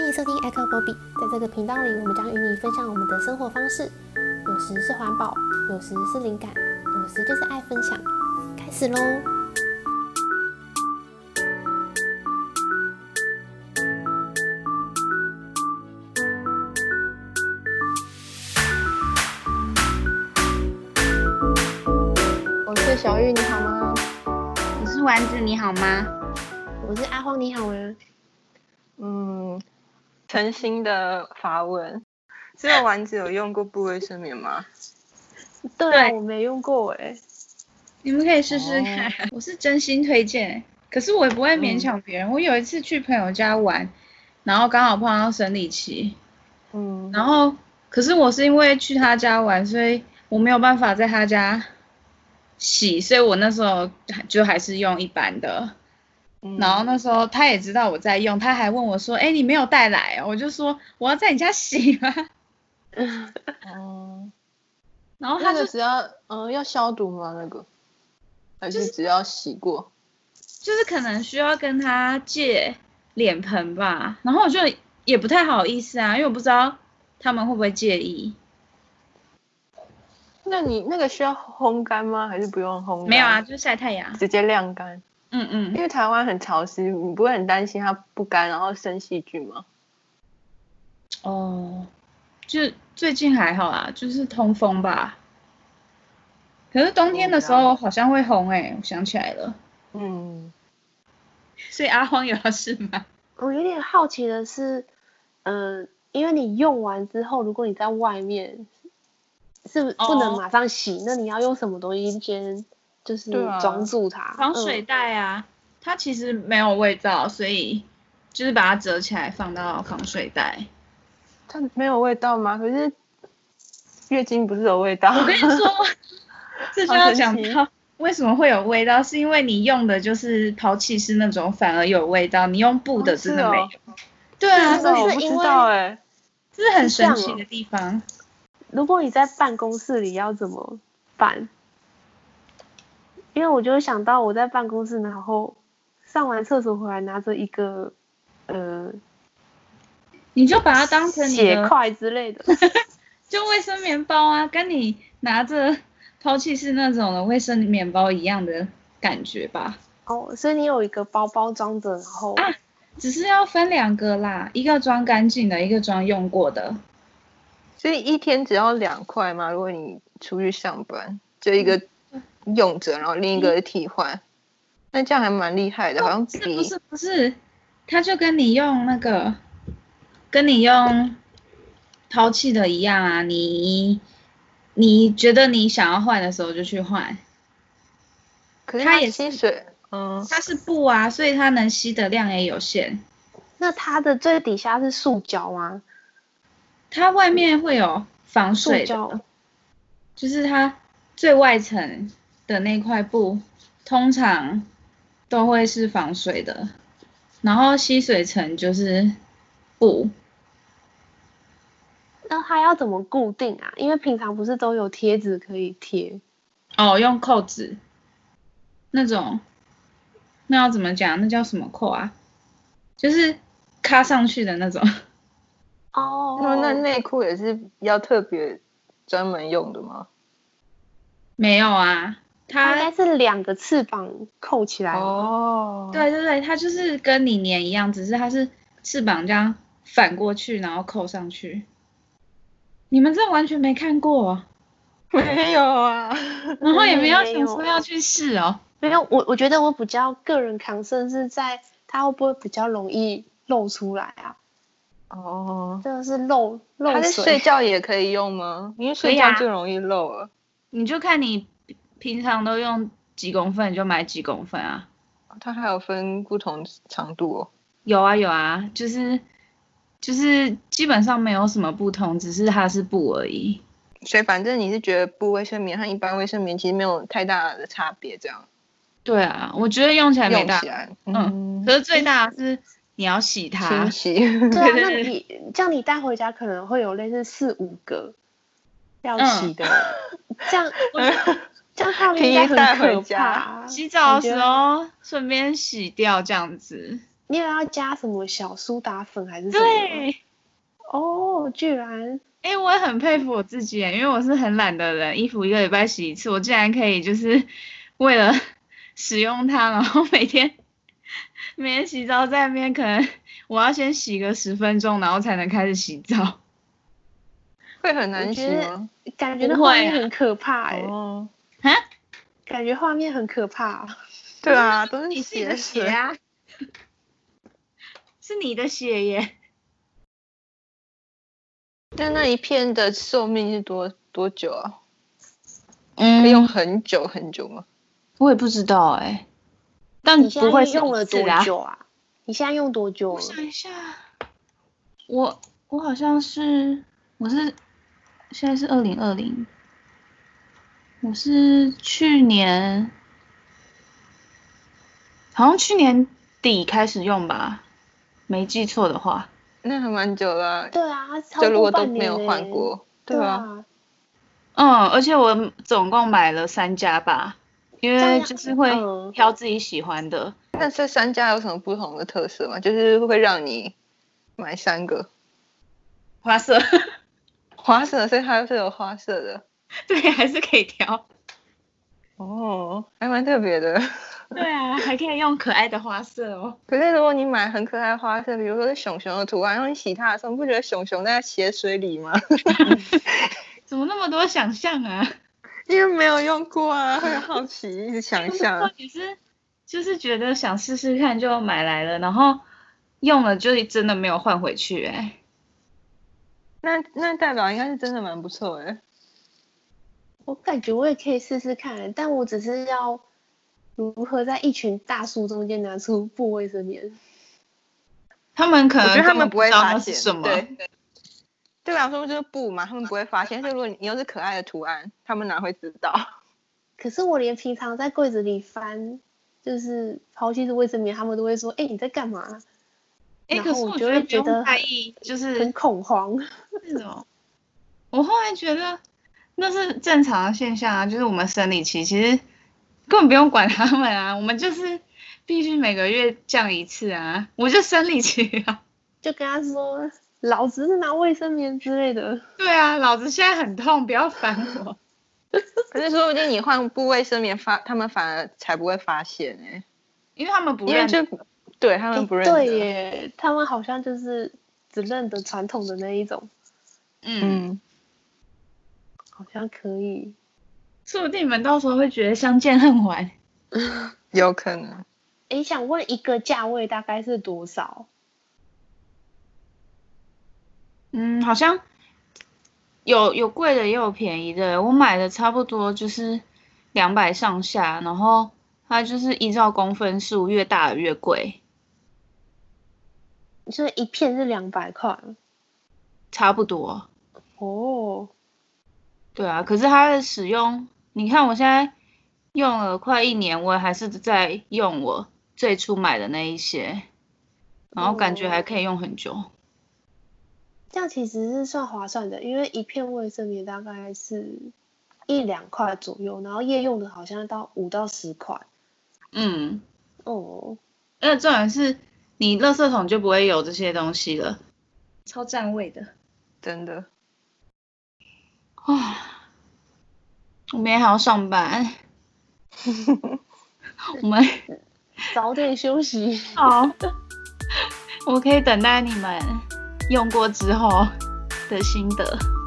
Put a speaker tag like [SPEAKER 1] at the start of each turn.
[SPEAKER 1] 迎收听 Echo Bobby，在这个频道里，我们将与你分享我们的生活方式，有时是环保，有时是灵感，有时就是爱分享。开始喽！我是小玉，你好吗？
[SPEAKER 2] 我是丸子，你好吗？
[SPEAKER 1] 我是阿荒，你好吗？
[SPEAKER 3] 嗯，诚心的发问，这个丸子有用过布卫生棉吗？
[SPEAKER 1] 对
[SPEAKER 2] 啊
[SPEAKER 1] 我没用过哎、
[SPEAKER 3] 欸
[SPEAKER 2] 你们可以试试看， 我是真心推荐，可是我也不会勉强别人。我有一次去朋友家玩，然后刚好碰到生理期，
[SPEAKER 3] 嗯，
[SPEAKER 2] 然后可是我是因为去他家玩，所以我没有办法在他家洗，所以我那时候就还是用一般的。
[SPEAKER 3] 嗯
[SPEAKER 2] 然后那时候他也知道我在用，他还问我说：“哎，你没有带来哦？”我就说：“我要在你家洗吗
[SPEAKER 3] 嗯，？”
[SPEAKER 2] 然后他
[SPEAKER 3] 那
[SPEAKER 2] 就
[SPEAKER 3] 个只要嗯要消毒吗？那个还是只要洗过？
[SPEAKER 2] 就是可能需要跟他借脸盆吧，然后我就也不太好意思啊，因为我不知道他们会不会介意。
[SPEAKER 3] 那你那个需要烘干吗？还是不用烘干？
[SPEAKER 2] 没有啊，，就是晒太阳。
[SPEAKER 3] 直接晾干。
[SPEAKER 2] 嗯
[SPEAKER 3] 因
[SPEAKER 2] 嗯，
[SPEAKER 3] 为台湾很潮湿，你不会很担心它不干然后生细菌吗？
[SPEAKER 2] 哦，就最近还好啦，就是通风吧。可是冬天的时候好像会红哎、我想起来了。
[SPEAKER 3] 嗯，
[SPEAKER 2] 所以阿荒有要试吗？
[SPEAKER 1] 我有点好奇的是，嗯、因为你用完之后，如果你在外面，是不不能
[SPEAKER 2] 哦
[SPEAKER 1] 马上洗，那你要用什么东西先就是
[SPEAKER 3] 对啊
[SPEAKER 1] 装住它？嗯
[SPEAKER 2] 防水袋啊，它其实没有味道，所以就是把它折起来放到防水袋。
[SPEAKER 3] 它没有味道吗？可是月经不是有味道？
[SPEAKER 2] 我跟你 说，这就要讲到为什么会有味道，是因为你用的就是抛弃式那种，反而有味道；你用布的真的没有。
[SPEAKER 3] 哦
[SPEAKER 2] 对啊，
[SPEAKER 1] 是哦
[SPEAKER 3] 我
[SPEAKER 1] 是
[SPEAKER 3] 不
[SPEAKER 1] 因
[SPEAKER 3] 知
[SPEAKER 1] 为
[SPEAKER 3] 道哎、
[SPEAKER 2] 这是很神奇的地方。
[SPEAKER 1] 嗯。如果你在办公室里要怎么办？因为我就会想到我在办公室，然后上完厕所回来拿着一个呃
[SPEAKER 2] 你就把它当成你
[SPEAKER 1] 血
[SPEAKER 2] 的
[SPEAKER 1] 块之类 的，
[SPEAKER 2] 就卫生棉包啊，跟你拿着抛弃式那种的卫生棉包一样的感觉吧。
[SPEAKER 1] 哦，所以你有一个包包装着，然后、
[SPEAKER 2] 啊只是要分两个啦，一个装干净的，一个装用过的。
[SPEAKER 3] 所以一天只要两块嘛，如果你出去上班，就一个用着，然后另一个替换，那这样还蛮厉害的，好像
[SPEAKER 2] 哦是
[SPEAKER 3] 比
[SPEAKER 2] 不是不是，他就跟你用那个，跟你用抛弃的一样啊，你你觉得你想要换的时候就去换，
[SPEAKER 3] 可是
[SPEAKER 2] 它
[SPEAKER 3] 它
[SPEAKER 2] 也
[SPEAKER 3] 吸
[SPEAKER 2] 是
[SPEAKER 3] 水，嗯，
[SPEAKER 2] 它是布啊，所以它能吸的量也有限，
[SPEAKER 1] 那它的最底下是塑胶吗？
[SPEAKER 2] 它外面会有防
[SPEAKER 1] 塑
[SPEAKER 2] 水
[SPEAKER 1] 胶
[SPEAKER 2] 的，就是它最外层的那块布通常都会是防水的，然后吸水层就是布。
[SPEAKER 1] 那它要怎么固定啊？因为平常不是都有贴纸可以贴，
[SPEAKER 2] 哦，用扣子，那种，那要怎么讲？那叫什么扣啊？就是卡上去的那种。
[SPEAKER 1] 哦
[SPEAKER 3] 那那内裤也是要特别专门用的吗？
[SPEAKER 2] 没有啊，
[SPEAKER 1] 它应
[SPEAKER 2] 它
[SPEAKER 1] 该是两个翅膀扣起来。
[SPEAKER 3] 哦，
[SPEAKER 2] 对对对，它就是跟你粘一样，只是它是翅膀这样反过去，然后扣上去。你们这完全没看 过，哦
[SPEAKER 3] 没有啊，
[SPEAKER 2] 然后也没有
[SPEAKER 1] 没
[SPEAKER 2] 想说
[SPEAKER 1] 有
[SPEAKER 2] 要去试哦。
[SPEAKER 1] 没有，我我觉得我比较个人抗生是在它会不会比较容易露出来啊？
[SPEAKER 3] 哦，
[SPEAKER 1] 真的是漏漏
[SPEAKER 3] 他在
[SPEAKER 1] 水。
[SPEAKER 3] 睡觉也可以用吗？因为
[SPEAKER 2] 可
[SPEAKER 3] 睡
[SPEAKER 2] 以
[SPEAKER 3] 觉
[SPEAKER 2] 啊
[SPEAKER 3] 最容易漏了。
[SPEAKER 2] 你就看你平常都用几公分，你就买几公分啊。
[SPEAKER 3] 它还有分不同长度哦，
[SPEAKER 2] 有啊有啊，就是就是基本上没有什么不同，只是它是布而已。
[SPEAKER 3] 所以反正你是觉得布卫生棉和一般卫生棉其实没有太大的差别，这样
[SPEAKER 2] 对啊，我觉得用起来没
[SPEAKER 3] 用
[SPEAKER 2] 大
[SPEAKER 3] 起，来，
[SPEAKER 2] 嗯，可是最大的是你要洗它
[SPEAKER 3] 清，洗。
[SPEAKER 1] 对啊，
[SPEAKER 2] 对
[SPEAKER 1] 那
[SPEAKER 2] 对对
[SPEAKER 1] 你这样你带回家可能会有类似四五个要
[SPEAKER 2] 嗯
[SPEAKER 1] 洗的，这样这样他们
[SPEAKER 3] 提
[SPEAKER 1] 应
[SPEAKER 3] 议
[SPEAKER 1] 该很
[SPEAKER 3] 带
[SPEAKER 1] 可
[SPEAKER 3] 回家
[SPEAKER 1] 怕啊。
[SPEAKER 2] 洗澡
[SPEAKER 1] 我
[SPEAKER 2] 的
[SPEAKER 1] 觉
[SPEAKER 2] 时
[SPEAKER 1] 得
[SPEAKER 2] 候顺便洗掉这样子。
[SPEAKER 1] 你有要加什么小苏打粉还是什么吗？
[SPEAKER 2] 对，
[SPEAKER 1] 哦，居然
[SPEAKER 2] 哎、我也很佩服我自己耶，因为我是很懒的人，衣服一个礼拜洗一次，我竟然可以就是为了 使用它，然后每天每天洗澡在那边，可能我要先洗个十分钟，然后才能开始洗澡。
[SPEAKER 3] 会很难洗
[SPEAKER 1] 觉得
[SPEAKER 3] 吗？
[SPEAKER 1] 感觉那
[SPEAKER 2] 不
[SPEAKER 1] 画
[SPEAKER 2] 会
[SPEAKER 1] 面
[SPEAKER 2] 啊
[SPEAKER 1] 很可怕哎、
[SPEAKER 3] 哦，
[SPEAKER 2] 啊，
[SPEAKER 1] 感觉画面很可怕。
[SPEAKER 3] 对啊，都是
[SPEAKER 2] 你自己的血
[SPEAKER 3] 血水。
[SPEAKER 2] 啊， 是你的血耶。
[SPEAKER 3] 那那一片的寿命是多多久啊？可
[SPEAKER 2] 嗯
[SPEAKER 3] 以用很久很久吗？
[SPEAKER 2] 我也不知道哎、但
[SPEAKER 1] 你现在
[SPEAKER 2] 不会是
[SPEAKER 1] 用了
[SPEAKER 2] 一
[SPEAKER 1] 多
[SPEAKER 2] 次啊？
[SPEAKER 1] 久啊？你现在用多久
[SPEAKER 2] 我
[SPEAKER 1] 了？
[SPEAKER 2] 想一下，我我好像是我是现在是二零二零，我是去年好像去年底开始用吧，没记错的话。
[SPEAKER 3] 那还蛮久了啊，
[SPEAKER 1] 对啊，它超
[SPEAKER 3] 就如
[SPEAKER 1] 过
[SPEAKER 3] 果都
[SPEAKER 1] 半
[SPEAKER 3] 没
[SPEAKER 1] 年
[SPEAKER 3] 有
[SPEAKER 1] 嘞
[SPEAKER 3] 换。过，
[SPEAKER 1] 对
[SPEAKER 3] 啊，
[SPEAKER 1] 啊，
[SPEAKER 2] 嗯，而且我总共买了三家吧，因
[SPEAKER 1] 这
[SPEAKER 2] 为
[SPEAKER 1] 样
[SPEAKER 2] 就是会
[SPEAKER 1] 嗯
[SPEAKER 2] 挑自己喜欢的。
[SPEAKER 3] 那这三家有什么不同的特色吗？就是会让你买三个
[SPEAKER 2] 花色，
[SPEAKER 3] 花色，所以它是有花色的。
[SPEAKER 2] 对，还是可以挑。
[SPEAKER 3] 哦，还蛮特别的。
[SPEAKER 2] 对啊，还可以用可爱的花色哦。
[SPEAKER 3] 可是如果你买很可爱的花色，比如说是熊熊的图案，然后你洗它的时候，你不觉得熊熊在血水里吗？
[SPEAKER 2] 怎么那么多想象啊？
[SPEAKER 3] 因为没有用过啊，会好奇，一直想
[SPEAKER 2] 我
[SPEAKER 3] 想。
[SPEAKER 2] 也是，就是觉得想试试看就买来了，然后用了就真的没有换回去、哎，
[SPEAKER 3] 那那代表应该是真的蛮不错哎、
[SPEAKER 1] 我感觉我也可以试试看，但我只是要如何在一群大叔中间拿出布卫生棉。
[SPEAKER 2] 他们可
[SPEAKER 3] 我
[SPEAKER 2] 能
[SPEAKER 3] 觉得他们不会
[SPEAKER 2] 根本知道
[SPEAKER 3] 发
[SPEAKER 2] 那是
[SPEAKER 3] 现
[SPEAKER 2] 什么，
[SPEAKER 3] 对，对对我来说就是布嘛，他们不会发现。但是如果你又是可爱的图案，他们哪会知道？
[SPEAKER 1] 可是我连平常在柜子里翻，就是抛弃的卫生棉，他们都会说：“哎、你在干嘛
[SPEAKER 2] 哎、
[SPEAKER 1] 然
[SPEAKER 2] 可是
[SPEAKER 1] 后
[SPEAKER 2] 我
[SPEAKER 1] 我就
[SPEAKER 2] 觉得
[SPEAKER 1] 会
[SPEAKER 2] 不
[SPEAKER 1] 觉
[SPEAKER 2] 用
[SPEAKER 1] 得
[SPEAKER 2] 在意，就？”是
[SPEAKER 1] 很恐慌。
[SPEAKER 2] 那种，哦我后来觉得那是正常的现象啊，就是我们生理期其实根本不用管他们啊， 我们就是必须每个月降一次啊，我就生理期啊。
[SPEAKER 1] 就跟他说：“老子是拿卫生棉之类的。
[SPEAKER 2] 对啊，老子现在很痛，不要烦我。
[SPEAKER 3] 可是说不定你换布卫生棉发，他们反而才不会发现哎、
[SPEAKER 2] 因为他们不
[SPEAKER 3] 因为
[SPEAKER 2] 认
[SPEAKER 3] 就对他
[SPEAKER 1] 诶
[SPEAKER 3] 们不认得。
[SPEAKER 1] 对耶，他们好像就是只认得传统的那一种，
[SPEAKER 2] 嗯，
[SPEAKER 3] 嗯，
[SPEAKER 1] 好像可以。
[SPEAKER 2] 说不定你们到时候会觉得相见恨晚。
[SPEAKER 3] 有可能。
[SPEAKER 1] 诶，想问一个价位大概是多少？
[SPEAKER 2] 嗯，好像有有贵的也有便宜的，我买的差不多就是两百上下，然后它就是依照公分数，越大的越贵，
[SPEAKER 1] 就是一片是两百块
[SPEAKER 2] 差不多。
[SPEAKER 1] 哦，
[SPEAKER 2] 对啊，可是它的使用，你看我现在用了快一年，我还是在用我最初买的那一些，然后感觉还可以用很久。
[SPEAKER 1] 这样其实是算划算的，因为一片卫生棉大概是一两块左右，然后夜用的好像到五到十块
[SPEAKER 2] 嗯。
[SPEAKER 1] 哦。
[SPEAKER 2] 而且重点是你垃圾桶就不会有这些东西了，超占位的
[SPEAKER 3] 真的，
[SPEAKER 2] 啊！我明天还要上班， 我们
[SPEAKER 1] 早点休息，
[SPEAKER 2] 好，我可以等待你们用过之后的心得。